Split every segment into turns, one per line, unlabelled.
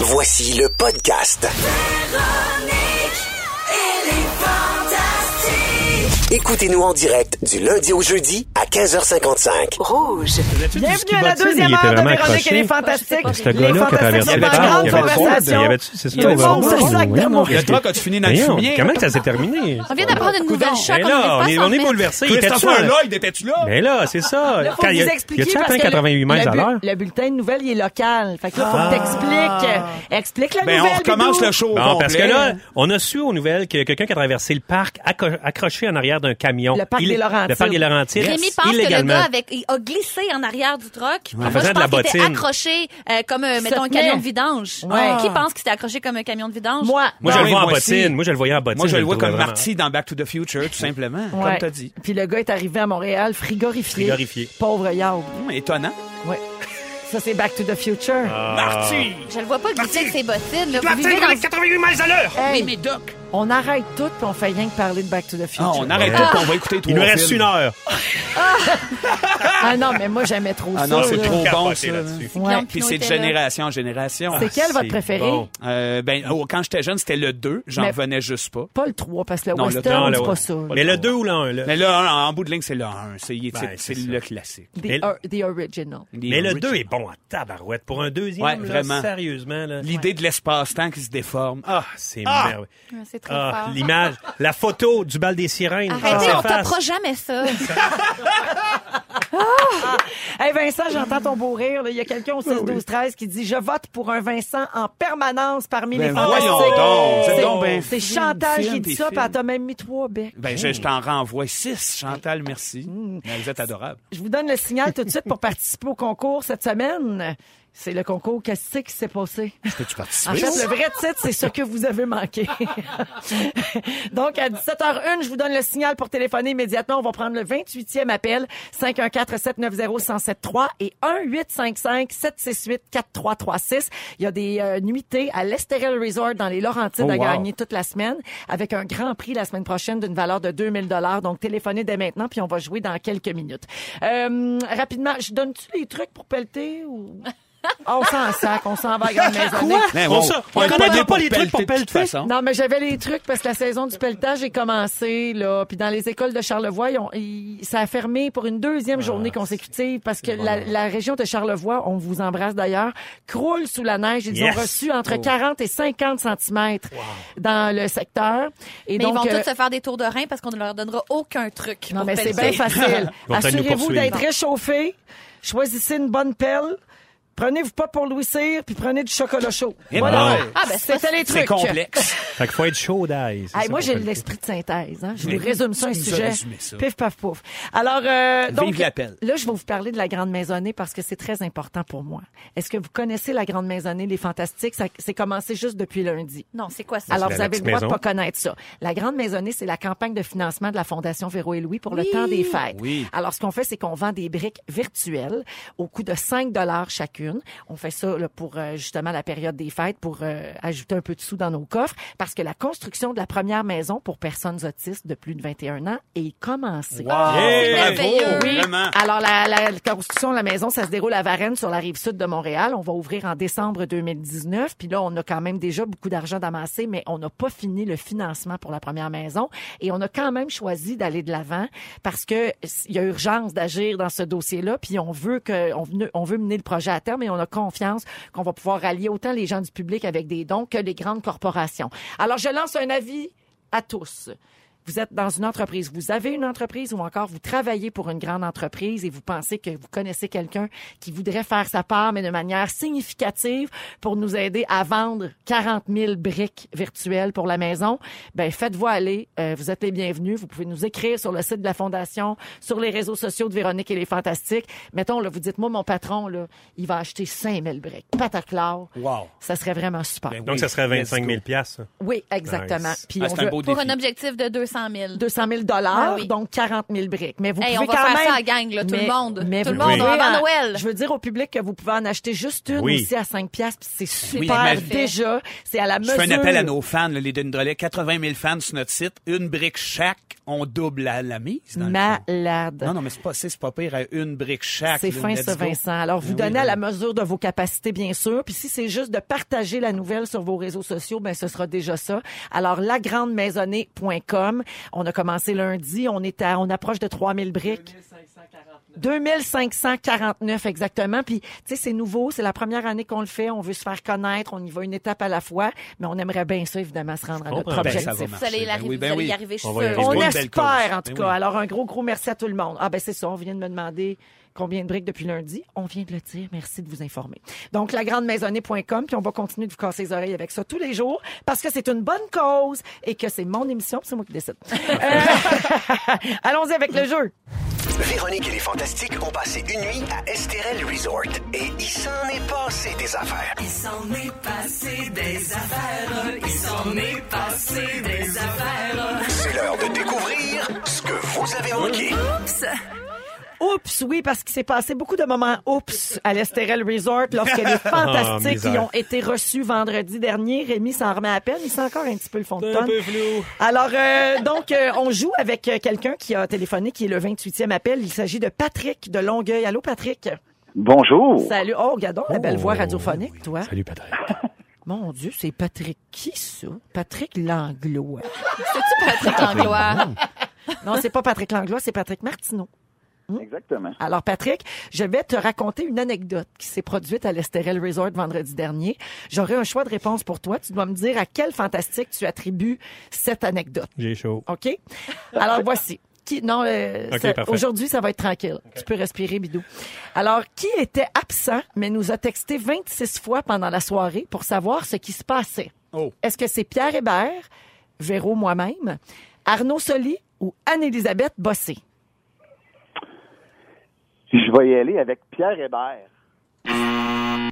Voici le podcast. Écoutez-nous en direct du lundi au jeudi à 15h55.
Bienvenue à la deuxième heure de Véronique, elle est fantastique.
Ce gars-là qui a traversé
fantastique, on a une
le parc, il y
grande
avait le fond, il
conversation.
y avait c'est ça,
Tout le
il y avait
monde
le fond.
se sac de
Oui,
mon
non,
rire.
mais
Le truc, as-tu fini dans le
voyons,
fumier?
Comment que ça s'est terminé?
On vient d'apprendre une nouvelle choc.
Mais là, on est, on est bouleversé. Il était
Christopher
là.
Lloyd, était tu là?
Mais là, c'est ça.
Là, faut
Quand
vous
il y a-
expliquer
il y a-tu
parce
atteint
que le-
88 miles
le
à
bu-
l'heure? Ah.
Le bulletin de nouvelles, il est local. Fait que là, faut que t'expliques. euh, Explique la
Ben,
nouvelle,
on recommence
Bidou.
le show. au
Bon, parce que
complet.
là, on a su aux nouvelles que quelqu'un qui a traversé le parc acco- accroché en arrière d'un camion.
Le parc
Il-
des Laurentides.
Le parc des Laurentides.
Rémi pense que le
illégalement.
gars avec, il a glissé en arrière du truck. Moi,
faisant
je
de la
pense qu'il était
bottine.
accroché euh, comme, euh,
Se
mettons, un
tenait.
camion de vidange.
Ouais.
Qui pense qu'il s'était accroché comme un camion de vidange?
Moi.
Moi,
Ah
je le
oui,
vois en
moi aussi.
bottine. Moi, je le voyais en bottine.
Moi, je le vois
trouvais
comme
vraiment
Marty dans Back to the Future, tout simplement,
Ouais.
comme t'as dit.
Puis le gars est arrivé à Montréal frigorifié.
Frigorifié.
Pauvre Yao.
Hum, étonnant.
Ouais. Ça, c'est Back to the Future.
Ah.
Ah.
Marty!
Je le vois pas glisser avec ses bottines. Là. Vous vivez dans-
88 miles à l'heure!
Hey.
Mais, mais doc!
On arrête tout puis on fait rien que parler de Back to the Future.
Ah, on arrête tout, on va écouter trois
Il nous reste
films.
une heure.
Ah non, mais moi, j'aimais trop
Ah
ça.
non, c'est
là.
trop bon,
Capoté
ça. là.
là-dessus.
Ouais.
Guillaume
Puis
Pinot
c'est de
était là.
génération en génération.
C'est quel votre
c'est
préféré?
bon.
Euh, ben, oh, quand j'étais jeune, c'était le 2. J'en
Mais-
revenais juste pas.
Pas le 3, parce que le
Non, le
western,
temps,
c'est
le-
pas ça.
Mais le 2 ou le 1, là?
Mais là, en, en bout de ligne, c'est le 1. C'est il-
Ben,
c'est-
c'est
c'est
ça.
le classique.
The,
Mais-
or- the original.
Mais le 2 est bon en tabarouette. Pour un deuxième,
Ouais,
là,
vraiment.
sérieusement, là.
L'idée de l'espace-temps qui se déforme. Ah,
Ah, c'est
Ah!
merveilleux.
Ouais, C'est trop
Ah,
fort.
l'image, la photo du bal des sirènes.
Arrêtez,
Ah.
on t'offre jamais ça.
Hey Vincent, j'entends ton beau rire. là. Il y a quelqu'un
Ah
au 16 12 13 qui dit Je vote pour un Vincent en permanence parmi les
ben
fantastiques.
voyons donc.
C'est-
C'est donc ben
C'est
fine,
Chantal
fine,
qui dit
des
ça, puis
films.
elle t'a même mis trois becs.
Ben, je, je t'en renvoie six, Chantal, merci.
Mmh.
Ben, Vous êtes adorable.
Je vous donne le signal tout de suite pour participer au concours cette semaine. C'est le concours Qu'est-ce qui s'est passé?
Peux-tu participer?
En fait, le vrai titre, c'est ce que vous avez manqué. Donc, à 17h01, je vous donne le signal pour téléphoner immédiatement. On va prendre le 28e appel, 514-790-1073 et 1-855-768-4336. Il y a des euh, nuitées à l'Estérel Resort dans les Laurentides
Oh,
à
wow.
gagner toute la semaine avec un grand prix la semaine prochaine d'une valeur de 2000 dollars. Donc, téléphonez dès maintenant puis on va jouer dans quelques minutes. Euh, rapidement, je donne-tu les trucs pour pelleter ou... Ah, on s'en sac, on s'en va à la grande maison.
Mais
On
bon,
ça- on
est
connaîtra
là
pas les trucs pour
pelleter de toute
pelleter.
façon.
Non, mais j'avais les trucs parce que la saison du pelletage est commencée, là. Puis dans les écoles de Charlevoix, ils ont- ils- ça a fermé pour une deuxième
Ah,
journée consécutive parce que
hein.
la, la région de Charlevoix, on vous embrasse d'ailleurs, croule sous la neige. Ils
Yes. Oh.
ont reçu entre 40 et 50 cm dans le secteur. Et
Mais ils
donc,
vont
euh,
tous se faire des tours de rein parce qu'on ne leur donnera aucun truc.
non,
pour
mais c'est bien
pelleter.
facile.
Ils vont peut-être nous
Assurez-vous
poursuivre.
d'être réchauffé. Choisissez une bonne pelle. Prenez-vous pas pour Louis Cyr, puis prenez du chocolat chaud.
Et
bon.
Voilà.
Ah, ben, ça,
C'était les trucs.
C'est complexe.
Fait qu'il faut être chaud d'ail. c'est
Hey,
ça
moi,
qu'on
j'ai
peut le dire.
l'esprit de synthèse. Hein? Je
Mais
vous résume ça un
tu nous as
sujet.
résumé ça.
Pif, paf, pouf. Alors, euh,
Vive
donc,
l'appel.
là, je vais vous parler de la Grande Maisonnée parce que c'est très important pour moi. Est-ce que vous connaissez la Grande Maisonnée, les Fantastiques? Ça- C'est commencé juste depuis lundi.
Non, c'est quoi ça?
Alors,
la
vous avez le
petite
droit de
maison.
pas connaître ça. La Grande Maisonnée, c'est la campagne de financement de la Fondation Véro et Louis pour le temps des fêtes.
Oui.
Alors, ce qu'on fait, c'est qu'on vend des briques virtuelles au coût de 5 dollars chacune. On fait ça là, pour euh, justement la période des fêtes, pour euh, ajouter un peu de sous dans nos coffres, parce que la construction de la première maison pour personnes autistes de plus de 21 ans est commencée.
c'est
Yeah,
merveilleux.
bravo, Vraiment. Ah,
Alors, la, la construction de la maison, ça se déroule à Varennes, sur la rive sud de Montréal. On va ouvrir en décembre 2019. Puis là, on a quand même déjà beaucoup d'argent d'amassé, mais on n'a pas fini le financement pour la première maison. Et on a quand même choisi d'aller de l'avant parce que s- il y a urgence d'agir dans ce dossier-là. Puis on veut que, on, vene- on veut mener le projet à terme et on a confiance qu'on va pouvoir rallier autant les gens du public avec des dons que les grandes corporations. Alors, je lance un avis à tous. Vous êtes dans une entreprise, vous avez une entreprise ou encore vous travaillez pour une grande entreprise et vous pensez que vous connaissez quelqu'un qui voudrait faire sa part, mais de manière significative pour nous aider à vendre 40 000 briques virtuelles pour la maison, ben faites-vous aller. Euh, vous êtes les bienvenus. Vous pouvez nous écrire sur le site de la Fondation, sur les réseaux sociaux de Véronique et les Fantastiques. Mettons, là, vous dites, moi, mon patron, là, il va acheter 5 000 briques. Pataclar.
Wow.
Ça serait vraiment super.
Ben
Donc, ça serait 25 000 piastres, ça.
Oui, exactement.
Nice.
Puis
Ah,
on
c'est un
veut-
beau
Pour
défi.
un objectif de 200 200 000.
200 000
Ah oui.
donc 40 000 briques. Mais vous
Hey,
pouvez
on va
quand
faire
même...
ça à gang, là, tout
Mais-
le monde.
mais
tout le
vous
monde,
pouvez
on va
en-
à Noël.
Je veux dire au public que vous pouvez en acheter juste une
Oui.
aussi à 5 piastres, puis c'est
Oui,
super
mais-
déjà. C'est à la
Je
mesure.
fais un appel à nos fans, là, les Dendrolets, 80 000 fans sur notre site. Une brique chaque, on double la, la mise. Dans le fond.
Malade.
Non, non, mais c'est pas, c'est pas pire à une brique chaque.
C'est
là,
fin,
let's
ce
go.
Vincent. Alors, vous
Ben oui,
donnez
ben
à la
oui.
mesure de vos capacités, bien sûr. Puis si c'est juste de partager la nouvelle sur vos réseaux sociaux, ben ce sera déjà ça. Alors, lagrandemaisonnée.com. On a commencé lundi. On est à, on approche de 3000 briques. 2549 exactement. Puis, tu sais, c'est nouveau. C'est la première année qu'on le fait. On veut se faire connaître. On y va une étape à la fois. Mais on aimerait bien ça, évidemment, se rendre à
Je
notre
comprends. Ben,
objectif.
ça va
Vous allez,
Ben
l'arriver-
oui, ben
vous allez
oui.
y arriver, je suis
On va y
sûre.
arriver.
On
une belle
espère, en tout
Ben
cas.
oui.
Alors, un gros, gros merci à tout le monde. Ah, ben, c'est ça. On vient de me demander combien de briques depuis lundi. On vient de le dire. Merci de vous informer. Donc, lagrandemaisonnée.com, puis on va continuer de vous casser les oreilles avec ça tous les jours parce que c'est une bonne cause et que c'est mon émission, puis c'est moi qui décide. Euh, Allons-y avec le jeu.
Véronique et les Fantastiques ont passé une nuit à Esterel Resort et il s'en est passé des affaires.
Il s'en est passé des affaires, il s'en est passé des affaires.
C'est l'heure de découvrir ce que vous avez manqué.
Oups, oui, parce qu'il s'est passé beaucoup de moments oups à l'Estérel Resort lorsque les fantastiques
Ah,
qui
misère.
ont été reçus vendredi dernier. Rémi s'en remet à peine. Il sent encore un petit peu le fond de
Un
tonne.
peu flou.
Alors, euh, donc, euh, on joue avec euh, quelqu'un qui a téléphoné, qui est le 28e appel. Il s'agit de Patrick de Longueuil. Allô, Patrick?
Bonjour.
Salut. Oh, regardons la belle voix radiophonique, toi.
Salut, Patrick.
Mon Dieu, c'est Patrick qui, ça? Patrick Langlois.
C'est-tu Patrick Langlois?
Non, c'est pas Patrick Langlois, c'est Patrick Martineau. Hmm?
Exactement.
Alors, Patrick, je vais te raconter une anecdote qui s'est produite à l'Estérel Resort vendredi dernier. J'aurai un choix de réponse pour toi. Tu dois me dire à quel fantastique tu attribues cette anecdote.
J'ai chaud.
OK? Alors, voici. Qui, non, euh,
OK,
ça-
parfait.
aujourd'hui, ça va être tranquille. Tu peux respirer, Bidou. Alors, qui était absent, mais nous a texté 26 fois pendant la soirée pour savoir ce qui se passait?
Oh.
Est-ce que c'est Pierre Hébert, Véro, moi-même, Arnaud Soli ou Anne-Élisabeth Bossé?
Je vais y aller avec Pierre Hébert.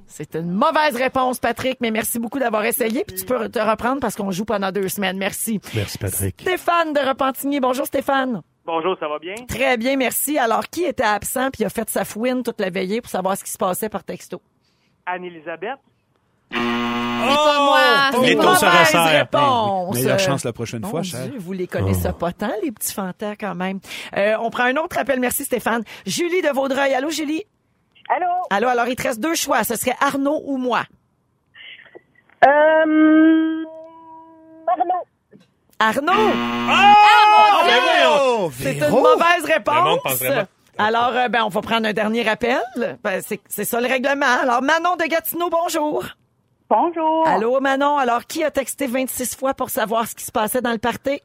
C'est une mauvaise réponse, Patrick, mais merci beaucoup d'avoir essayé. Puis tu peux te reprendre parce qu'on joue pendant deux semaines. Merci.
Merci, Patrick.
Stéphane de Repentigny. Bonjour, Stéphane.
Bonjour, ça va bien?
Très bien, merci. Alors, qui était absent puis a fait sa fouine toute la veillée pour savoir ce qui se passait par texto?
Anne-Elisabeth?
pas moi, c'est
Les
pas
taux
moi.
se
Mauvaise
resserrent.
réponse.
Meilleure
Euh,
chance la prochaine
Mon
fois,
Dieu,
cher.
vous les connaissez pas tant, les petits fantas, quand même. Euh, on prend un autre appel. Merci, Stéphane. Julie de Vaudreuil. Allô, Julie?
Allô?
Allô, alors, il te reste deux choix. Ce serait Arnaud ou moi.
Euh... Arnaud.
Arnaud! Ah,
Ah,
Oh, ben voyons!
C'est une
Véro!
mauvaise
Le monde
réponse.
pense vraiment-
Alors, euh, ben, on va prendre un dernier appel. Ben, c'est c'est ça le règlement. Alors, Manon de Gatineau, bonjour.
Bonjour.
Allô, Manon. Alors, qui a texté 26 fois pour savoir ce qui se passait dans le party?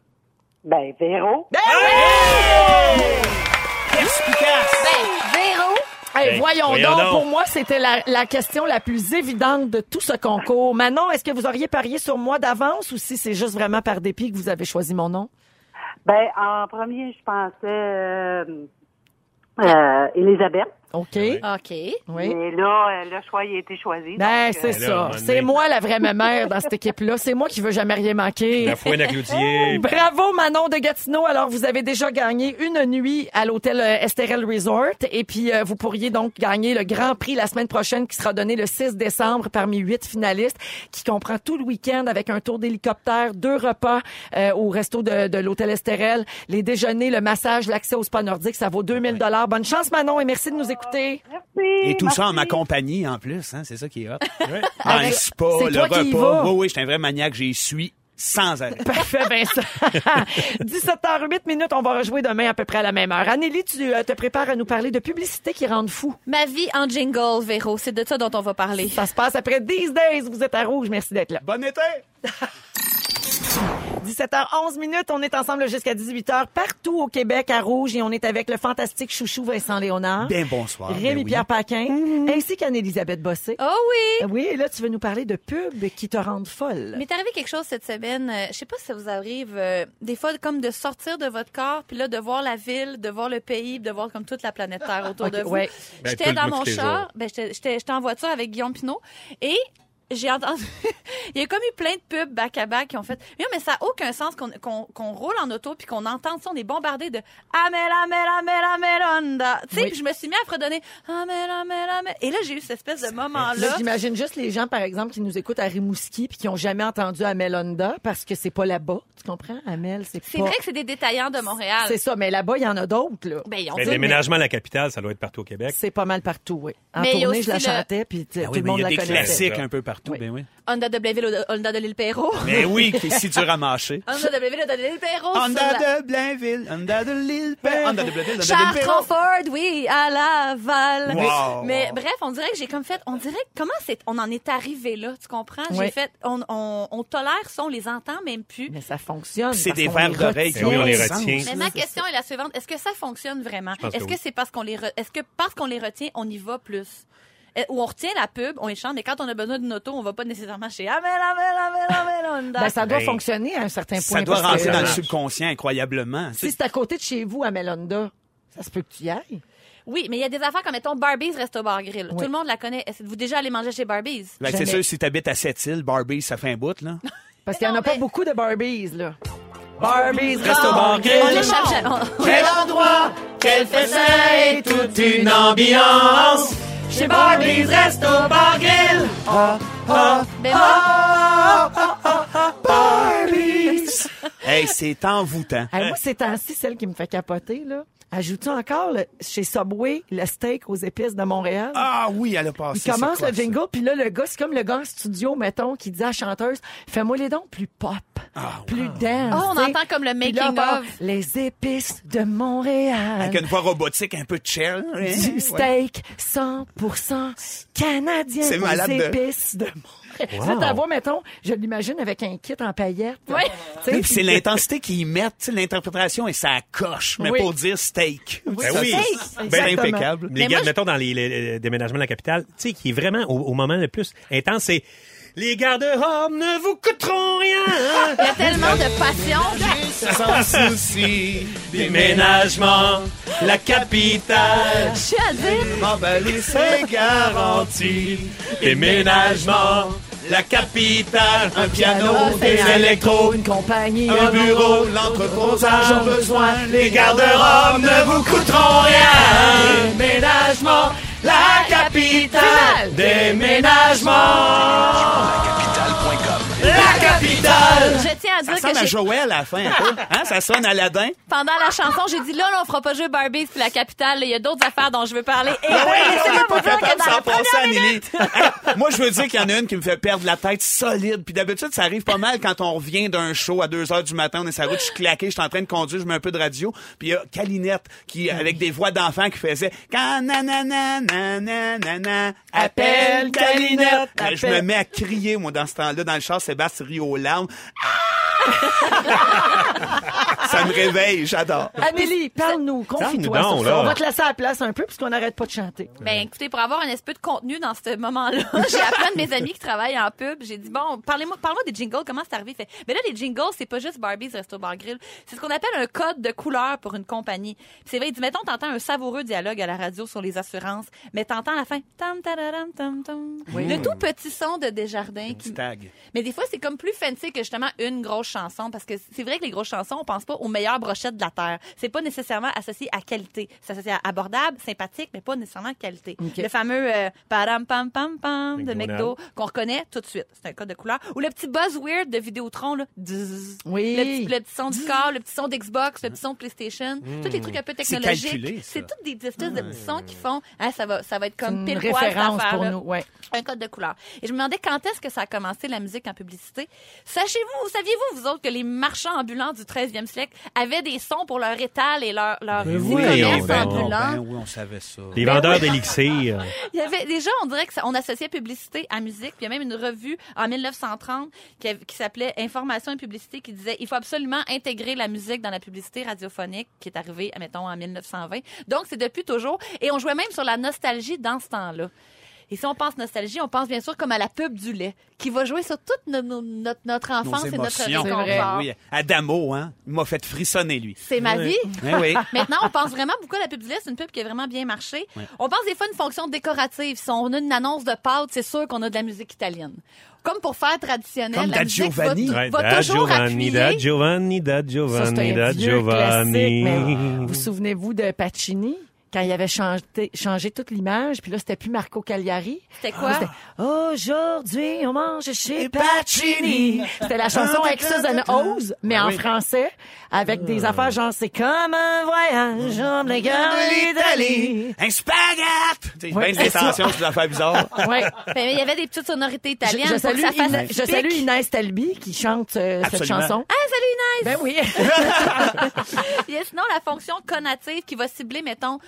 Ben, Véro.
Ben
Perspicace!
Ben, Véro,
oui! Hey,
Ben,
voyons,
voyons
donc,
donc.
pour moi, c'était la, la question la plus évidente de tout ce concours. Manon, est-ce que vous auriez parié sur moi d'avance ou si c'est juste vraiment par dépit que vous avez choisi mon nom?
Ben, en premier, je pensais euh, euh, Elisabeth.
OK.
OK.
Oui.
Mais là, euh, le choix il a été choisi.
Ben,
donc,
c'est
euh,
Ben
ça.
là, à un moment donné.
C'est moi la vraie mère dans cette équipe-là. C'est moi qui veux jamais rien manquer.
La fouine à Cloutier.
Bravo Manon de Gatineau. Alors vous avez déjà gagné une nuit à l'hôtel euh, Esterel Resort et puis euh, vous pourriez donc gagner le grand prix la semaine prochaine qui sera donné le 6 décembre parmi huit finalistes qui comprend tout le week-end avec un tour d'hélicoptère, deux repas euh, au resto de, de l'hôtel Esterel, les déjeuners, le massage, l'accès au spa nordique, ça vaut 2000 dollars. Bonne chance Manon et merci de nous écouter.
merci,
Et tout ça en
merci.
ma compagnie, en plus, hein, c'est ça qui est hot.
Ouais.
Dans le
Avec-
spa,
c'est
le
toi qui y vas.
repas. Oui, oui, j'étais un vrai maniaque, j'y suis sans arrêt.
Parfait, Vincent. 17h08 minutes, on va rejouer demain à peu près à la même heure. Anneli, tu euh, te prépares à nous parler de publicité qui rendent fou.
Ma vie en jingle, Véro, c'est de ça dont on va parler.
Ça se passe après 10 days. Vous êtes à rouge. Merci d'être là.
Bon été!
17h11 minutes. On est ensemble jusqu'à 18h partout au Québec à rouge et on est avec le fantastique chouchou Vincent Léonard.
Bien bonsoir. ben oui. Mmh. Ah.
Rémi-Pierre Paquin, ainsi qu'Anne-Élisabeth Bossé.
Oh oui!
Oui, et là, tu veux nous parler de pubs qui te rendent folle.
Mais t'es arrivé quelque chose cette semaine, euh, je sais pas si ça vous arrive, euh, des fois comme de sortir de votre corps, puis là de voir la ville, de voir le pays, de voir comme toute la planète Terre autour
Ok,
de vous.
ouais.
Ben,
J'étais
tout-
dans
moi,
mon
tous les
char,
jours.
ben, j'étais j'étais- j'étais en voiture avec Guillaume Pinot et j'ai entendu. Il y a comme eu plein de pubs back-à-back qui ont fait. Mais, non, mais ça n'a aucun sens qu'on qu'on- qu'on roule en auto puis qu'on entende ça. On est bombardé de Amel, Amel, Amel, Amel, Honda. Tu sais,
Oui.
puis je me suis mis à fredonner Amel, Amel, Amel. Et là, j'ai eu cette espèce de
Là,
moment-là.
j'imagine juste les gens, par exemple, qui nous écoutent à Rimouski puis qui n'ont jamais entendu Amel Honda parce que c'est pas là-bas. Tu comprends? Amel, c'est pas.
C'est vrai que c'est des détaillants de Montréal.
C'est ça, mais là-bas, il y en a d'autres, là.
Ben, ils ont
Mais
dit,
déménagement à la capitale, ça doit être partout au Québec.
C'est pas mal partout, oui. En
Mais il y a
tournée, je la
aussi le-
chantais, puis t-
Ah
tout
oui,
le
mais
monde
il y
la
a des
connaissait.
classiques
ça.
un peu partout.
Oui.
Ben oui.
Honda de Blainville, Honda- Honda de l'île Perrault.
Mais oui, qui est si dur à mâcher.
Honda de Blainville, Honda de l'île Perrault. sur la-
Honda de Blainville, Honda de l'île, Honda de Blainville, Honda de l'île.
Charles Ford, oui, à Laval.
Wow.
Mais bref, on dirait que j'ai comme fait, on dirait que comment c'est, on en est arrivé là, tu comprends? J'ai
Oui.
fait, on, on, on tolère ça, on les entend même plus.
Mais ça fonctionne.
C'est
parce
des
qu'on
verres
les
d'oreille
retient.
Ben oui, on les
Quel
retient.
sens?
Mais ma question est la suivante. Est-ce que ça fonctionne vraiment?
pense que
Est-ce que,
oui.
c'est parce qu'on les, re- est-ce que parce qu'on les retient, on y va plus? Eh, Ou on retient la pub, on échante, et quand on a besoin d'une auto, on va pas nécessairement chez Ah, Amel, Amel, Amel, Amel, Honda.
Ben, ça doit
Ben,
fonctionner à un certain point.
Ça doit
parce que-
rentrer dans le
marche.
subconscient incroyablement.
Si c'est à côté de chez vous, à Melonda, ça se peut que tu y ailles.
Oui, mais il y a des affaires comme, mettons, Barbie's Resto Bar Grill.
Oui.
Tout le monde la connaît. Est-ce que vous déjà allé manger chez Barbie's?
Ben, c'est
jamais.
sûr, si t'habites à Sept-Îles, Barbie, ça fait un bout, là.
Parce qu'il n'y en
non, ben-
a pas
mais-
beaucoup de Barbies, là. Barbies,
Resto Bar Grill.
On l'échappe jamais. On-
Quel endroit, quel fessin, toute une ambiance.
Chez Barbies, resto bar grill.
Ben, moi,
Hey, c'est envoûtant.
moi, ces temps-ci, celle qui me fait capoter, là. Ajoute-tu encore le- chez Subway le steak aux épices de Montréal?
Ah oui, elle a
Il
passé.
commence
c'est quoi,
le jingle, puis là, le gars, c'est comme le gars en studio, mettons, qui dit à la chanteuse, fais-moi les dons plus pop,
Ah,
plus dance.
Oh, on
tu sais.
entend comme le
Puis là,
making
part,
of.
Les épices de
ça?
Montréal.
Avec une voix robotique un peu de chill. hein?
Du
Ouais.
steak 100% canadien.
C'est
aux
malade de-
épices de Montréal. C'est ta voix, mettons, je l'imagine avec un kit en paillettes.
Oui.
Tu sais,
Et puis c'est l'intensité qu'ils mettent, tu sais, l'interprétation, et ça coche, mais
Oui.
pour dire steak.
Ben
Ça,
oui.
c'est-
Steak.
C'est
Exactement.
impeccable.
Les
Mais
gars,
moi, je-
mettons dans les, les- les déménagements de la capitale, tu sais, qui est vraiment au, au moment le plus intense, c'est les garde-robes ne vous coûteront rien.
il y a tellement de passion.
Sans souci, déménagement, la capitale,
Je suis à dire,
ben,
emballé, c'est garanti. Déménagement, la capitale, un piano,
Ah,
des
Seigneur.
électros,
une compagnie,
un bureau, l'entreposage, ont besoin. Les garde-robes ne vous coûteront rien. Déménagement, la capitale, déménagement, la capitale.
je tiens à dire
Ça
que
sonne à
j'ai-
Joël à la fin, un peu. Hein? Ça sonne Aladdin.
pendant la chanson, j'ai dit là, là, on fera pas jouer Barbies puis la capitale. là, Il y a d'autres affaires dont je veux parler. Et
Ah ouais, non, on
laissez-moi
est
vous
pas
dire que
capable de
dans la
s'en passer,
première minute,
Anneli. Hey, Moi, je veux dire qu'il y en a une qui me fait perdre la tête solide. Puis d'habitude, ça arrive pas mal quand on revient d'un show à 2 heures du matin, on est sur la route, je suis claqué, je suis en train de conduire, je mets un peu de radio. Puis il y a Calinette qui,
Ah
avec des voix d'enfants qui faisait quand nanana, nanana, nanana, appelle Calinette.
Appelle.
Je me mets à crier, moi, dans ce temps-là, dans le char, Sébastien rit aux larmes. Ah! ça me réveille, j'adore.
Amélie, parle-nous, confie-toi.
Parle-nous
sur
donc,
ça.
là.
On va te laisser à la place un peu, puisqu'on n'arrête pas de chanter.
Ben écoutez, pour avoir un espèce de contenu dans ce moment-là, j'ai appelé un de mes amis qui travaille en pub. J'ai dit bon, parlez-moi, parle-moi des jingles. Comment c'est arrivé? Il Fait, mais là les jingles, c'est pas juste Barbies Resto Bar Grill. C'est ce qu'on appelle un code de couleur pour une compagnie. Puis c'est vrai, il dit mettons t'entends un savoureux dialogue à la radio sur les assurances, mais t'entends à la fin tam tararam, tam tam. Le tout petit son de Desjardins qui
Tag.
mais des fois, c'est comme plus fancy que justement une grosse chanson parce que c'est vrai que les grosses chansons, on pense pas aux meilleures brochettes de la terre. C'est pas nécessairement associé à qualité. C'est associé à abordable, sympathique, mais pas nécessairement à qualité. Le fameux euh, param pam pam pam de McDo
McDonald's.
qu'on reconnaît tout de suite. C'est un code de couleur. Ou le petit buzz weird de Vidéotron, là. Dzz.
Oui.
Le petit, le petit son du corps, le petit son d'Xbox, le petit son de PlayStation. Tous les trucs un peu
Mmh. calculé,
technologiques.
ça. Mmh.
C'est toutes des espèces de petits sons qui font, ah, ça va, ça va être comme
Une
pile poil cette
référence pour
affaire-là
nous, ouais.
un code de couleur. Et je me demandais quand est-ce que ça a commencé la musique en publicité. Sachez-vous, saviez-vous, vous autres, que les marchands ambulants du 13e siècle avaient des sons pour leur étal et leur, leur
Ben
petits
voyons
commerces
donc.
ambulants?
oui, on savait ça.
les vendeurs d'élixir.
Il y avait déjà, on dirait que ça- on associait publicité à musique. Puis il y a même une revue en 1930 qui, av- qui s'appelait Information et publicité qui disait il faut absolument intégrer la musique dans la publicité radiophonique qui est arrivée, mettons, en 1920. Donc c'est depuis toujours. Et on jouait même sur la nostalgie dans ce temps-là. Et si on pense nostalgie, on pense bien sûr comme à la pub du lait, qui va jouer sur toute no- no- notre, notre
Nos
enfance et notre
émotions.
réconfort.
Oui, Adamo, hein, il m'a fait frissonner, lui.
C'est ma vie.
Eh oui.
Maintenant, on pense vraiment beaucoup à la pub du lait. C'est une pub qui a vraiment bien marché. On pense des fois à une fonction décorative. Si on a une annonce de pâtes, c'est sûr qu'on a de la musique italienne. Comme pour faire traditionnel,
Comme
la
da
musique va,
Giovanni.
va
da
toujours
Giovanni, da
appuyer.
Giovanni, da
Ça, c'est
Giovanni,
un
da
vieux classique. mais
Giovanni.
vous souvenez-vous de Pacini? Quand il avait changé, changé toute l'image, puis là, c'était plus Marco Cagliari.
C'était quoi?
Aujourd'hui, on mange chez Pacini. C'était la chanson avec Susan Oz, mais en français, avec des affaires genre c'est comme un voyage, on les de l'Italie.
Un spaghette! Tu sais,
Ouais,
ben, c'est
c'est
attention, c'est une affaire bizarre.
Ouais.
Ben, il y avait des petites sonorités
Je,
italiennes.
je
pour que
salue
ça fasse
Ina- je
pic.
salue Inès Talbi qui chante euh, cette
Absolument.
chanson.
Ah, salut Inès!
Ben oui.
Et sinon, la fonction conative qui va cibler, mettons,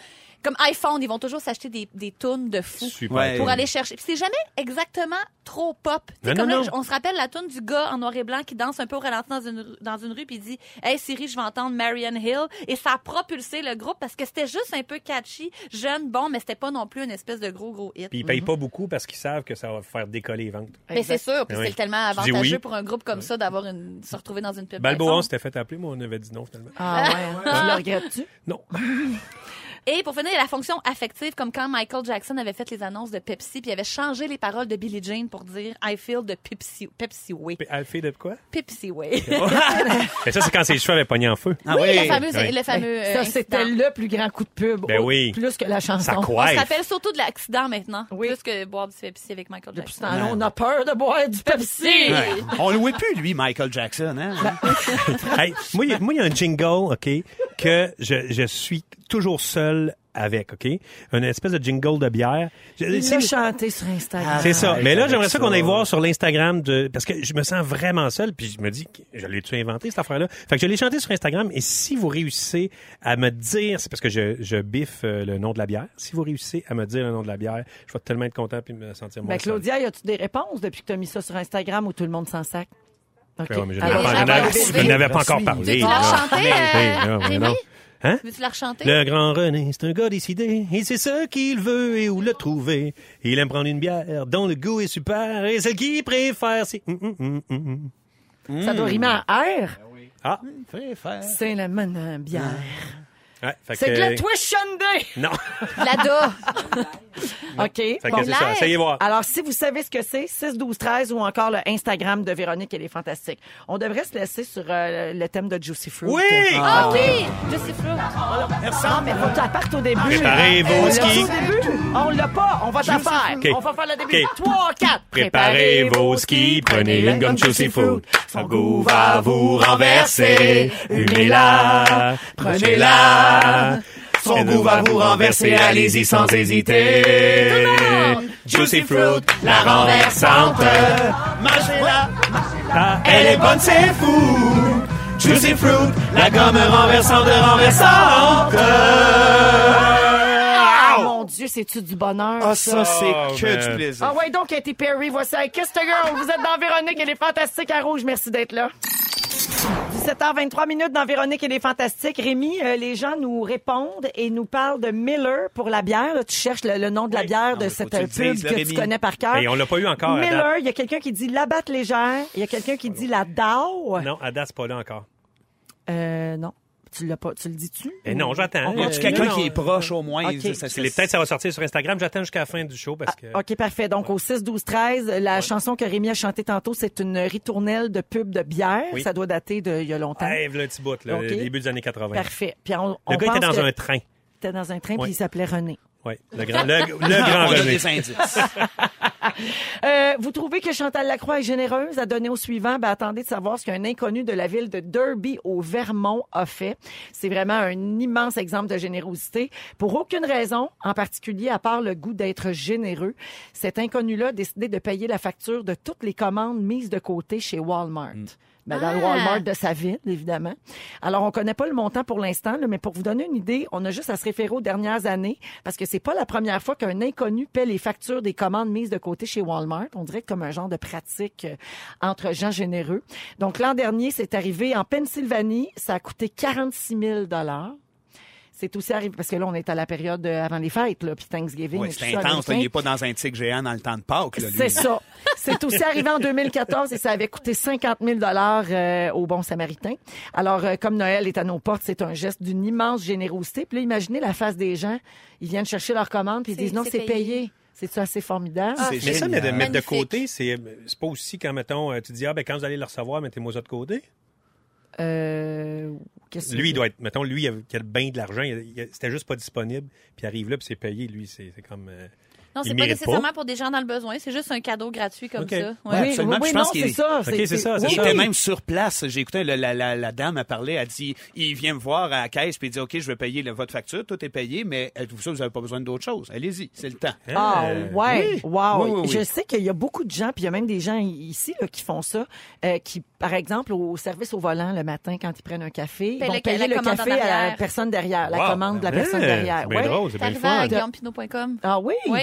comme iPhone, ils vont toujours s'acheter des, des tunes de fous.
Super.
Ouais.
Pour aller chercher. Puis c'est jamais exactement trop pop. C'est
Non,
comme
non,
là,
non.
on se rappelle la tune du gars en noir et blanc qui danse un peu au ralenti dans une, dans une rue puis il dit Hey Siri, je vais entendre Marion Hill. Et ça a propulsé le groupe parce que c'était juste un peu catchy, jeune, bon, mais c'était pas non plus une espèce de gros, gros hit.
Puis ils payent pas beaucoup parce qu'ils savent que ça va faire décoller les ventes.
Mais Ben, c'est sûr, puis
Oui.
c'est tellement
Tu dis
avantageux
oui.
pour un groupe comme ça d'avoir une, se retrouver dans une pub.
Balboa, on
d'iPhone.
s'était fait appeler, moi, on avait dit non, finalement.
Ah ouais. hein. Tu le regrettes-tu?
Non.
Et pour finir, il y a la fonction affective, comme quand Michael Jackson avait fait les annonces de Pepsi, puis il avait changé les paroles de Billie Jean pour dire I feel the Pepsi, Pepsi way.
Puis Alphée de quoi?
Pepsi way.
Mais ça, c'est quand ses cheveux avaient pogné en feu.
Ah
oui,
oui.
la fameuse-
Oui.
le fameux. euh,
Ben, Ça,
incident.
c'était le plus grand coup de pub.
Ben
au-
oui.
Plus que la
Ça
chanson.
On
coiffe.
se rappelle surtout de l'accident maintenant,
Oui.
plus que boire du Pepsi avec Michael
Depuis ce
Jackson.
temps-là, on a peur de boire du Pepsi.
Ouais. On louait plus, lui, Michael Jackson. Hein?
Hey, moi, il y a- moi, il y a un jingle, OK, que je, je suis toujours seul avec, OK? Une espèce de jingle de bière. Je-
Il
c'est-
l'a chanté sur Instagram.
C'est ça.
Ah,
Mais là,
avec
j'aimerais ça qu'on aille
ça.
voir sur l'Instagram de, parce que je me sens vraiment seul, puis je me dis, que je l'ai-tu inventé, cette affaire-là? Fait que je l'ai chanté sur Instagram, et si vous réussissez à me dire, c'est parce que je, je biffe euh, le nom de la bière, si vous réussissez à me dire le nom de la bière, je vais tellement être content puis me sentir moins
Ben, Claudia, y a-tu des réponses depuis que tu as mis ça sur Instagram où tout le monde s'en sac? OK.
seul. Ouais, mais je
Alors,
pas-
n'avais pas-
j'avais
je
trouvé.
n'avais pas encore
Tu veux
parlé.
la
là.
chanter,
Hey,
euh,
non, mais
Rémi?
non. Hein?
Veux-tu la rechanter?
Le grand René, c'est un gars décidé, et c'est ce qu'il veut et où le trouver. Il aime prendre une bière dont le goût est super, et celle qu'il préfère, c'est... Hum, hum, hum, hum, hum.
Ça doit rimer en R.
Ah,
C'est la manne bière.
ouais, fait
C'est de la
que-
Twitch
Non.
La DA.
Ah.
OK.
Fait que
bon.
c'est ça. Essayez voir.
Alors, si vous savez ce que c'est, 6, 12, 13 ou encore le Instagram de Véronique, elle est fantastique. On devrait se laisser sur euh, le thème de Juicy Fruit.
Oui!
Ah oui! Je sais pas.
Non, mais faut que tu partes au début.
Préparez vos
On l'a
skis.
au début. On l'a pas. On va t'en faire.
Ok.
On va faire le début.
Ok.
3, 4.
Préparez vos skis, prenez une gomme Juicy Fruit. Son goût va vous renverser. Humez-la, prenez-la. Son goût va vous renverser, allez-y sans hésiter. Juicy Fruit, la renversante.
Mangez-la! Ah,
Elle est bonne, c'est fou. Juicy Fruit, la gomme renversante, renversante.
Ah, mon Dieu, c'est-tu du bonheur?
Ah, ça, c'est
Oh,
que
man.
du plaisir.
Ah ouais, donc Katy Perry, voici avec Kiss the Girl. Vous êtes dans Véronique, elle est fantastique à rouge. Merci d'être là. 17h23 minutes dans Véronique et les Fantastiques. Rémi, euh, les gens nous répondent et nous parlent de Miller pour la bière. Là, tu cherches le, le nom de la
Oui.
bière
Non,
de
mais faut
cette
que tu
euh, pub
le dises, là,
que tu
Rémi.
connais par cœur.
Et on l'a pas eu encore à date.
Miller, il y a quelqu'un qui dit la batte légère. Il y a quelqu'un qui dit la DAO.
Non, Ada, c'est pas là encore.
Euh, non. Tu l'as pas, tu le dis-tu?
Eh non, j'attends.
On
Y
Euh,
a-tu quelqu'un
non,
qui
non.
est proche au moins?
Ok.
Ça,
C'est- Peut-être ça va sortir sur Instagram. J'attends jusqu'à la fin du show parce que.
Ah, OK, parfait. Donc, au 6, 12, 13, la chanson que Rémi a chantée tantôt, c'est une ritournelle de pub de bière.
Oui.
Ça doit dater d'il y a longtemps.
Hey, v'là un petit bout, là,
Ok.
début des années 80.
Parfait. Puis on, on
Le gars
pense
était dans
que
un train.
était dans un train,
Oui.
puis il s'appelait René.
Ouais, le grand, le, le grand
On a
René.
des indices.
Euh, vous trouvez que Chantal Lacroix est généreuse à donner au suivant? Ben, attendez de savoir ce qu'un inconnu de la ville de Derby au Vermont a fait. C'est vraiment un immense exemple de générosité. Pour aucune raison, en particulier à part le goût d'être généreux, cet inconnu-là a décidé de payer la facture de toutes les commandes mises de côté chez Walmart. Ben, dans le
Ah!
Walmart de sa ville, évidemment. Alors, on connaît pas le montant pour l'instant, là, mais pour vous donner une idée, on a juste à se référer aux dernières années, parce que c'est pas la première fois qu'un inconnu paie les factures des commandes mises de côté chez Walmart. On dirait comme un genre de pratique euh, entre gens généreux. Donc, l'an dernier, c'est arrivé en Pennsylvanie. Ça a coûté 46 000 dollars. c'est aussi arrivé parce que là on est à la période euh, avant les fêtes là, puis Thanksgiving
Ouais,
et
c'est
tout ça,
intense. là.
américain.
Il n'est pas dans un tigre géant dans le temps de Pâques. là, lui.
C'est ça. C'est aussi arrivé en 2014 et ça avait coûté 50 000 euh, au Bon Samaritain. Alors, euh, comme Noël est à nos portes, c'est un geste d'une immense générosité. Puis là, imaginez la face des gens. Ils viennent chercher leur commande puis ils
C'est-
disent non,
c'est
c'est payé.
payé.
C'est-tu assez formidable?
Ah,
C'est
c'est-
Mais ça, mais de
Génial.
mettre de
Magnifique.
côté, c'est c'est pas aussi quand, mettons, euh, tu dis, ah, ben quand vous allez le recevoir, mettez-moi ça de côté.
Euh, qu'est-ce que-
Lui, il doit être, mettons, lui, il a, qui a le bain de l'argent, il- il- c'était juste pas disponible, puis il arrive là, puis c'est payé, lui, c'est c'est comme. euh,
Non,
Il
c'est pas
mérite pas.
nécessairement pour des gens dans le besoin. C'est juste un cadeau gratuit comme
Ok.
ça. Ouais.
Oui,
absolument.
oui,
Puis je
non,
pense qu'il
c'est
est-
ça.
Ok, c'est ça, c'est
Il
oui.
ça.
était même sur place. J'ai écouté le- la, la- la dame a parlé, elle dit il vient me voir à la caisse puis il dit OK, je vais payer le- votre facture, tout est payé, mais êtes-vous sûr que vous n'avez pas besoin d'autre chose? Allez-y, c'est le temps.
Ah
euh,
ouais,
oui.
wow.
Oui, oui, oui.
Je sais qu'il y a beaucoup de gens, puis il y a même des gens i- ici là, qui font ça, euh, qui, par exemple, au service au volant le matin quand ils prennent un café, ils
Paye
vont
le-
payer
la
le
commande en
café à la
arrière.
personne derrière, la
wow.
commande de la
Eh,
personne derrière.
C'est bien
Ouais.
drôle, Oh, c'est
C'est
bien le
arrivé à
fun.
guillaumepinot.com.
Ah oui?
Oui.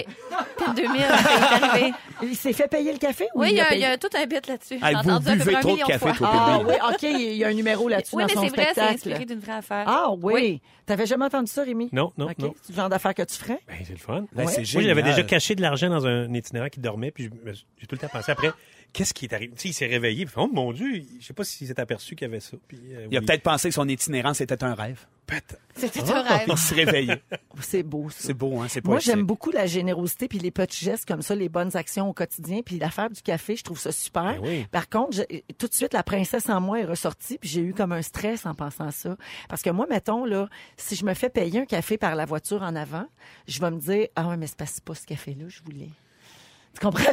Pin 2000, c'est arrivé.
Il s'est fait payer le café ou
Oui, il y, a,
payé?
il y a tout un bit là-dessus.
Ah,
J'ai
vous
entendu à peu
buvez
près un
trop de
million
café,
fois.
toi,
Ah oui, OK, il y a un numéro là-dessus
Oui,
dans
mais
son
c'est vrai, c'est
spectacle.
inspiré d'une vraie affaire.
ah oui.
Oui.
T'avais jamais entendu ça, Rémi?
Non, non,
OK.
non.
C'est le genre d'affaires que tu ferais?
Ben, c'est le fun.
Ben, c'est
Moi, j'avais
génial.
déjà caché de l'argent dans un itinéraire qui dormait, puis je me suis- j'ai tout le temps pensé après, qu'est-ce qui est arrivé? Tu sais, il s'est réveillé, puis, oh mon Dieu, je sais pas s'il s'est aperçu qu'il y avait ça. Puis, euh,
Il a
oui.
peut-être pensé que son itinérance était un rêve.
Ah.
C'était un rêve.
Il se réveillait.
C'est beau, ça.
C'est beau, hein? C'est
Moi,
poétique.
j'aime beaucoup la générosité puis les petits gestes comme ça, les bonnes actions au quotidien. Puis l'affaire du café, je trouve ça super.
Ben oui.
Par contre, je- tout de suite, la princesse en moi est ressortie puis j'ai eu comme un stress en pensant à ça. Parce que moi, mettons, là, si je me fais payer un café par la voiture en avant, je vais me dire, ah ouais, mais c'est pas- c'est pas ce café-là, je voulais. Tu comprends?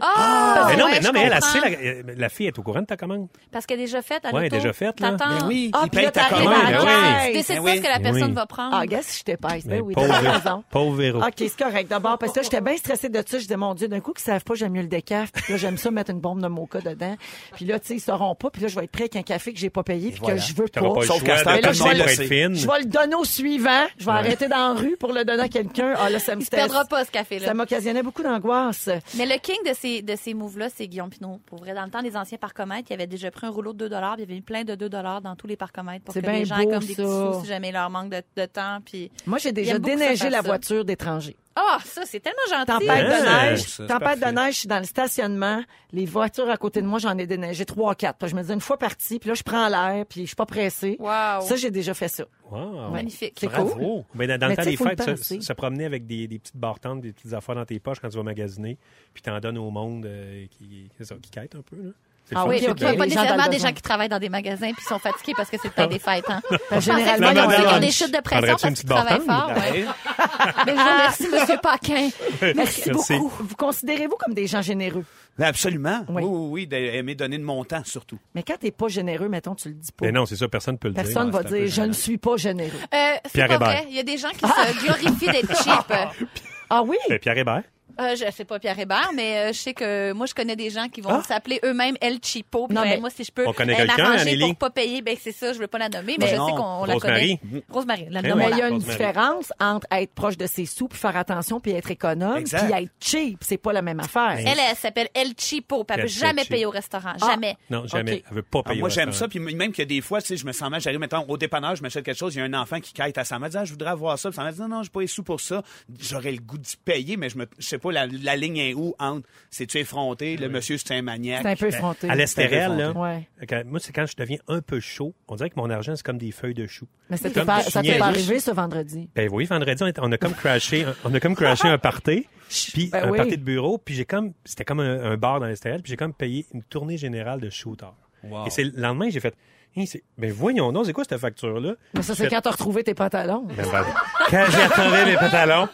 Ah!
Mais non,
Ouais,
mais, non,
je
mais elle, elle
comprends.
sait, la, la fille est au courant de ta commande.
Parce qu'elle est déjà faite à
Ouais,
l'auto.
elle est déjà faite, là.
T'attends.
Ben oui,
Ah,
il
puis
paye
là,
ta
T'arrives
t'arrives
commande.
à
Ben
la
oui.
caisse. Tu
Ben
décides
oui.
pas ce que la
Ben
personne
oui.
va prendre.
Ah, gars, si je t'épaisse. Ben
Mais
oui,
pauvre-
t'as raison. Ah,
Pauvre Véro.
OK, c'est correct. D'abord, parce que là, j'étais bien stressée de ça. Je disais, mon Dieu, d'un coup, qu'ils savent pas, j'aime mieux le décaf. Puis là, j'aime ça mettre une bombe de moca dedans. Puis là, tu sais, ils sauront pas. Puis là, je vais être prêt avec un café que j'ai pas payé puis
voilà.
que je veux pas.
T'auras pas le
Sauf
choix
qu'à ce temps-là,
de
tout le monde
passer pour
le
être fine.
Je vais le donner au suivant. Je vais arrêter dans la rue pour le donner à quelqu'un. Ah là, ça me
Il se
stresse.
perdra pas, ce café-là.
Ça m'occasionnait beaucoup d'angoisse.
Mais le king de ces, de ces moves-là, c'est Guillaume Pinot. Pour vrai, dans le temps des anciens parcomètres, il avait déjà pris un rouleau de 2 puis il y avait mis plein de 2 dans tous les parcomètres pour
C'est
que
bien
les gens aient
beau,
comme des petits
ça.
sous si jamais il leur manque de, de temps. Puis...
Moi, j'ai déjà
aime beaucoup ça
déneigé
faire
la
ça.
voiture d'étrangers.
Ah, ça, c'est tellement gentil.
Tempête de
Hein?
neige.
C'est beau, ça,
tempête
c'est
de neige, je suis dans le stationnement. Les voitures à côté de moi, j'en ai déneigé trois, quatre. Puis je me dis une fois parti, puis là, je prends l'air, puis je suis pas pressée.
Wow.
Ça, j'ai déjà fait ça.
Wow.
Magnifique.
C'est
Bravo.
cool.
Ben, dans dans
Mais
le temps
tu sais,
des
faut le
fêtes,
penser.
se, se promener avec des, des petites bartendes, des petites affaires dans tes poches quand tu vas magasiner, puis t'en donnes au monde euh, qui, c'est ça, qui quête un peu. Là. C'est le
Ah
fun,
oui,
c'est
ok.
de-
Pas, pas
Les gens dans
nécessairement
le
des
besoin.
gens qui travaillent dans des magasins puis sont fatigués parce que c'est le temps des fêtes. Hein. Je pensais
généralement,
que les
ils ont
gens
des
ont des chutes de pression
Prendrais-tu une
parce qu'ils
petite
travaillent fort. ouais.
bartende?
Mais je vous remercie, Monsieur Paquin.
Merci,
Merci.
beaucoup. Vous considérez-vous comme des gens généreux?
Ben, Absolument.
Oui.
Oui, oui, oui. D'aimer donner de mon temps, surtout.
Mais quand t'es pas généreux, mettons, tu le dis pas.
Mais non, c'est ça, personne ne peut le
Personne
dire. Ah,
va dire, je ne suis pas généreux.
Euh, c'est
Pierre
pas
Hébert.
vrai. Il y a des gens qui se glorifient d'être cheap.
Ah oui?
Euh, Pierre Hébert.
Euh, je sais pas Pierre Hébert, mais euh, je sais que moi, je connais des gens qui vont s'appeler eux-mêmes El Chipo. Puis
Non,
ben,
mais-
moi, si je peux
Ah! On connaît
euh,
quelqu'un,
m'arranger
Anneli?
pour pas payer, ben c'est ça, je veux pas la nommer, mais
Ben
je
non,
sais qu'on on la
Rosemary.
connaît. Rosemary. La
Eh
nommons
Mais
oui.
il y a une
Rosemary.
différence entre être proche de ses sous, puis faire attention, puis être économe,
Exact.
puis être cheap. C'est pas la même affaire.
Elle, elle s'appelle El Chipo. puis Elle
El
peut jamais
Chipo.
payer au restaurant.
Ah.
Jamais.
Non, jamais.
Ok.
Elle veut pas
Ah,
payer.
moi,
au
j'aime ça.
restaurant.
Puis même que des fois, tu sais, je me sens mal. J'arrive, mettons, au dépanneur, je m'achète quelque chose. Il y a un enfant qui quête à sa mère. dit, Ah, je voudrais avoir ça. Puis sa mère dit, non, non, j'ai pas les sous pour ça. J'aurais le goût d'y payer, mais je me, je sais pas, la, la ligne est où entre, c'est-tu effronté, le monsieur, c'est un maniaque.
C'est un peu effronté.
Ben, À l'estérel, là.
Ouais.
quand- Moi, c'est quand je deviens un peu chaud. On dirait que mon argent, c'est comme des feuilles de chou.
Mais ça
Comme
t'est pas,
tu
ça t'est
signais
pas
juste-
arrivé ce vendredi.
Ben oui, vendredi, on est- on a comme crashé, un- on a comme crashé un party, puis
Ben
un
oui.
party de bureau, puis j'ai comme, c'était comme un, un bar dans l'Estérel, puis j'ai comme payé une tournée générale de shooter.
Wow.
Et c'est le lendemain, j'ai fait, Hein, c'est- ben voyons donc, c'est quoi cette facture-là?
Mais ça, c'est quand t'as retrouvé tes pantalons.
Ben, ben, quand j'ai retrouvé mes pantalons.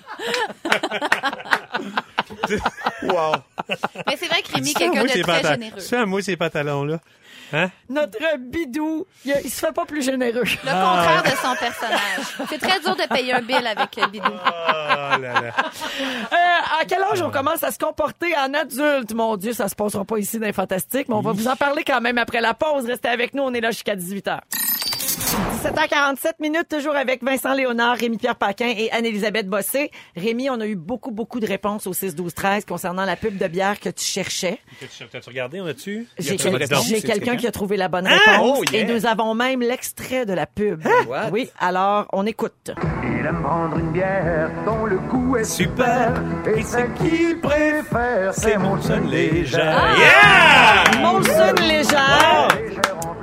Mais c'est vrai que Rémi,
Ah, C'est à
quelqu'un
moi,
de
ces
très
pantalons.
généreux.
C'est à moi ces pantalons-là. Hein?
Notre bidou, il, a- il se fait pas plus généreux.
Le contraire de son personnage. C'est très dur de payer un bill avec euh, Bidou.
Oh là là.
Euh, à quel
Ah
âge on commence à se comporter en adulte? Mon Dieu, ça se passera pas ici dans les Fantastiques, mais on va vous en parler quand même après la pause. Restez avec nous, on est là jusqu'à 18h. 7h47 minutes, toujours avec Vincent Léonard, Rémi-Pierre Paquin et Anne-Élisabeth Bossé. Rémi, on a eu beaucoup, beaucoup de réponses au 6-12-13 concernant la pub de bière que tu cherchais.
T'as-tu regardé, on a-tu?
J'ai
a-t-il une
quel-
réponse?
j'ai
C'est
quelqu'un
quelqu'un?
qui a trouvé la bonne réponse
Oh, yeah! Hein?
et nous avons même l'extrait de la pub. Oui, alors on écoute.
Il aime prendre une bière dont le goût est super. Et ce qu'il préfère, c'est mon son
Ah!
légère.
Yeah!
Molson Légère.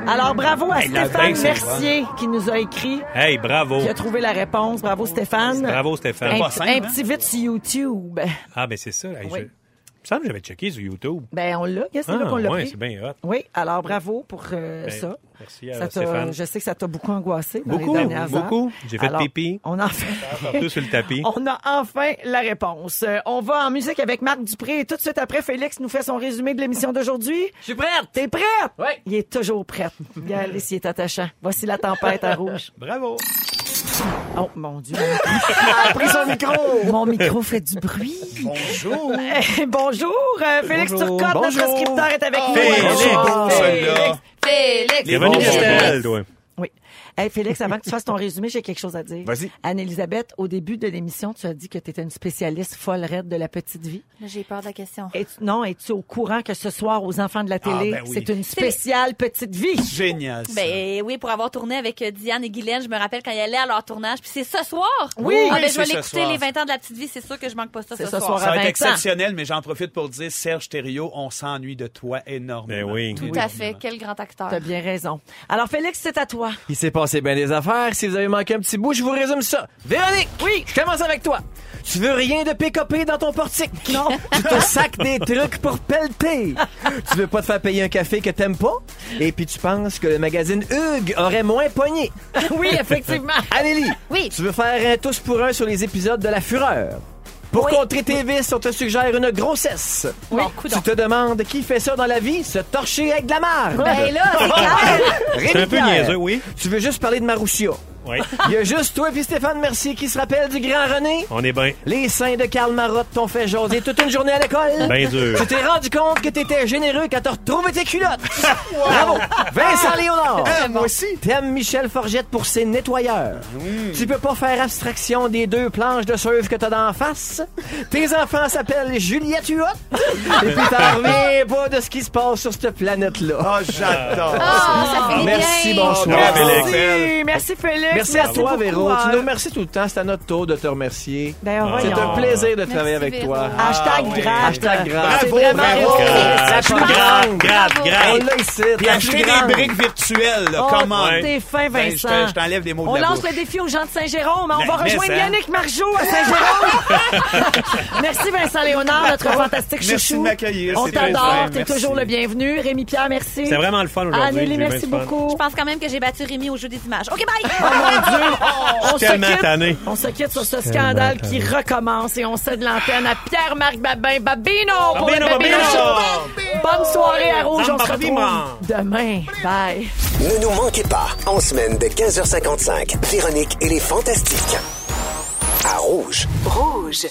Alors bravo à
la
Stéphane
veille, c'est le fun.
Mercier qui nous a écrit,
Hey, bravo.
qui a trouvé la réponse. Bravo Stéphane.
Bravo,
Un,
Stéphane.
Pas simple,
un
hein?
petit vite sur YouTube.
Ah, ben c'est ça. Hey,
Oui.
je... Il me semble que j'avais checké sur YouTube.
Ben on l'a, qu'est-ce que c'est là
Ah,
qu'on l'a
ouais,
pris?
c'est bien hot.
Oui, alors bravo pour euh,
Ben,
ça.
merci à
Ça t'a-
Stéphane.
Je sais que ça t'a beaucoup angoissé dans
Beaucoup,
les dernières heures.
beaucoup. J'ai fait
Alors,
pipi.
On en fait.
Partout sur le tapis.
On a enfin la réponse. Euh, On va en musique avec Marc Dupré et tout de suite après, Félix nous fait son résumé de l'émission d'aujourd'hui.
Je suis prête!
T'es prête?
Oui.
Il est toujours prête. Regardez s'il est attachant. Voici la tempête à rouge.
Bravo.
Oh mon Dieu. Il a pris son micro. Mon micro fait du bruit.
Bonjour!
Eh, Bonjour, euh, Félix
Bonjour.
Turcotte, notre
Bonjour.
scripteur, est avec nous.
Félix.
Bonjour.
Oh, celle-là.
Félix!
Bienvenue,
bons
Christelle, toi.
Oui. Hey, Félix, avant que tu fasses ton résumé, j'ai quelque chose à dire.
Vas-y.
Anne-Elisabeth, au début de l'émission, tu as dit que tu étais une spécialiste folle raide de la petite vie.
Là, J'ai peur de la question.
Et non, es-tu au courant que ce soir, aux enfants de la télé,
ben oui.
c'est une spéciale petite vie?
Génial. ça.
Ben oui, pour avoir tourné avec euh, Diane et Guylaine, je me rappelle quand ils allaient à leur tournage. Puis c'est ce soir.
Oui,
ah, ben, je
oui,
vais
c'est ce
l'écouter
soir.
les 20 ans de la petite vie. C'est sûr que je manque pas ça ce,
C'est ce
soir.
soir.
ça va
à
être
20 ans.
exceptionnel, mais j'en profite pour dire, Serge Thériault, on s'ennuie de toi énormément.
Ben oui.
Tout à fait. Quel grand acteur.
T'as bien raison. Alors, Félix, c'est à toi.
Il s'est passé bien des affaires. Si vous avez manqué un petit bout, je vous résume ça. Véronique! Oui! Je commence avec toi. Tu veux rien de PKP dans ton portique? Non. tu te sacs des trucs pour pelleter. tu veux pas te faire payer un café que t'aimes pas? Et puis tu penses que le magazine Hugues aurait moins pogné.
oui, effectivement.
Anélie!
Oui.
Tu veux faire un tous pour un sur les épisodes de La Fureur? Pour contrer tes vices, on te suggère une grossesse.
Bon,
Tu
coudonc.
te demandes qui fait ça dans la vie? Se torcher avec de la marde. Ah.
Ben là, c'est clair.
Rémi
C'est un peu
Pierre,
niaiseux, oui.
Tu veux juste parler de Maroussia.
Oui.
Il y a juste toi et Stéphane Mercier qui se rappellent du grand René.
On est bien.
Les seins de Karl Marotte t'ont fait jaser toute une journée à l'école.
Ben dur.
Tu t'es rendu compte que t'étais généreux quand t'as retrouvé tes culottes. Bravo. Vincent Léonard.
Ah, moi aussi.
T'aimes Michel Forgette pour ses nettoyeurs. Tu peux pas faire abstraction des deux planches de surf que t'as d'en face. Tes enfants s'appellent Juliette Huot. Et puis t'en reviens pas de ce qui se passe sur cette planète-là.
Ah, j'adore.
Oh, ça finit
Merci,
bien.
bonsoir.
Bravo,
Félix.
Merci, merci Félix.
Merci à toi,
beaucoup,
Véro.
hein.
Tu nous remercies tout le temps. C'est à notre tour de te remercier.
Ah.
Ben,
C'est
voyons.
un plaisir de travailler avec
Véro.
toi.
Ah,
Hashtag
ouais.
grave.
Hashtag grave.
C'est
Bravo,
vraiment
Véro.
réussi.
Grave.
La
La
plus
plus grande,
grande.
grave,
On
grave.
l'a ici.
Puis
la
acheter
plus
des
grande.
briques virtuelles, là,
Oh,
comment?
T'es fin,
Ben,
Vincent.
je te- je t'enlève des mots de
On
la
lance
bouche. hein?
le défi aux gens de Saint-Jérôme. On
Mais-
va
mais
rejoindre
ça.
Yannick Margeau à Saint-Jérôme. merci Vincent Léonard, notre fantastique
Merci
chouchou.
de m'accueillir,
On
c'est très
t'adore.
bien,
T'es
merci.
toujours le bienvenu. Rémi Pierre, merci.
C'est vraiment le fun aujourd'hui.
Anneli,
J'ai bien
merci
du fun.
Je
beaucoup.
pense quand même que j'ai battu Rémi au jeu des images. OK, bye!
Ah! Oh On se,
Oh, tellement
quitte,
tanné.
on se quitte sur ce scandale qui recommence et on cède l'antenne à Pierre-Marc Babin. Babino pour le
Babino,
Babino
Babino.
Show. Bonne soirée à Rouge. On se
Babino.
retrouve demain. Bye.
Ne nous manquez pas, en semaine de 15h55, Véronique et les Fantastiques. À Rouge.
Rouge.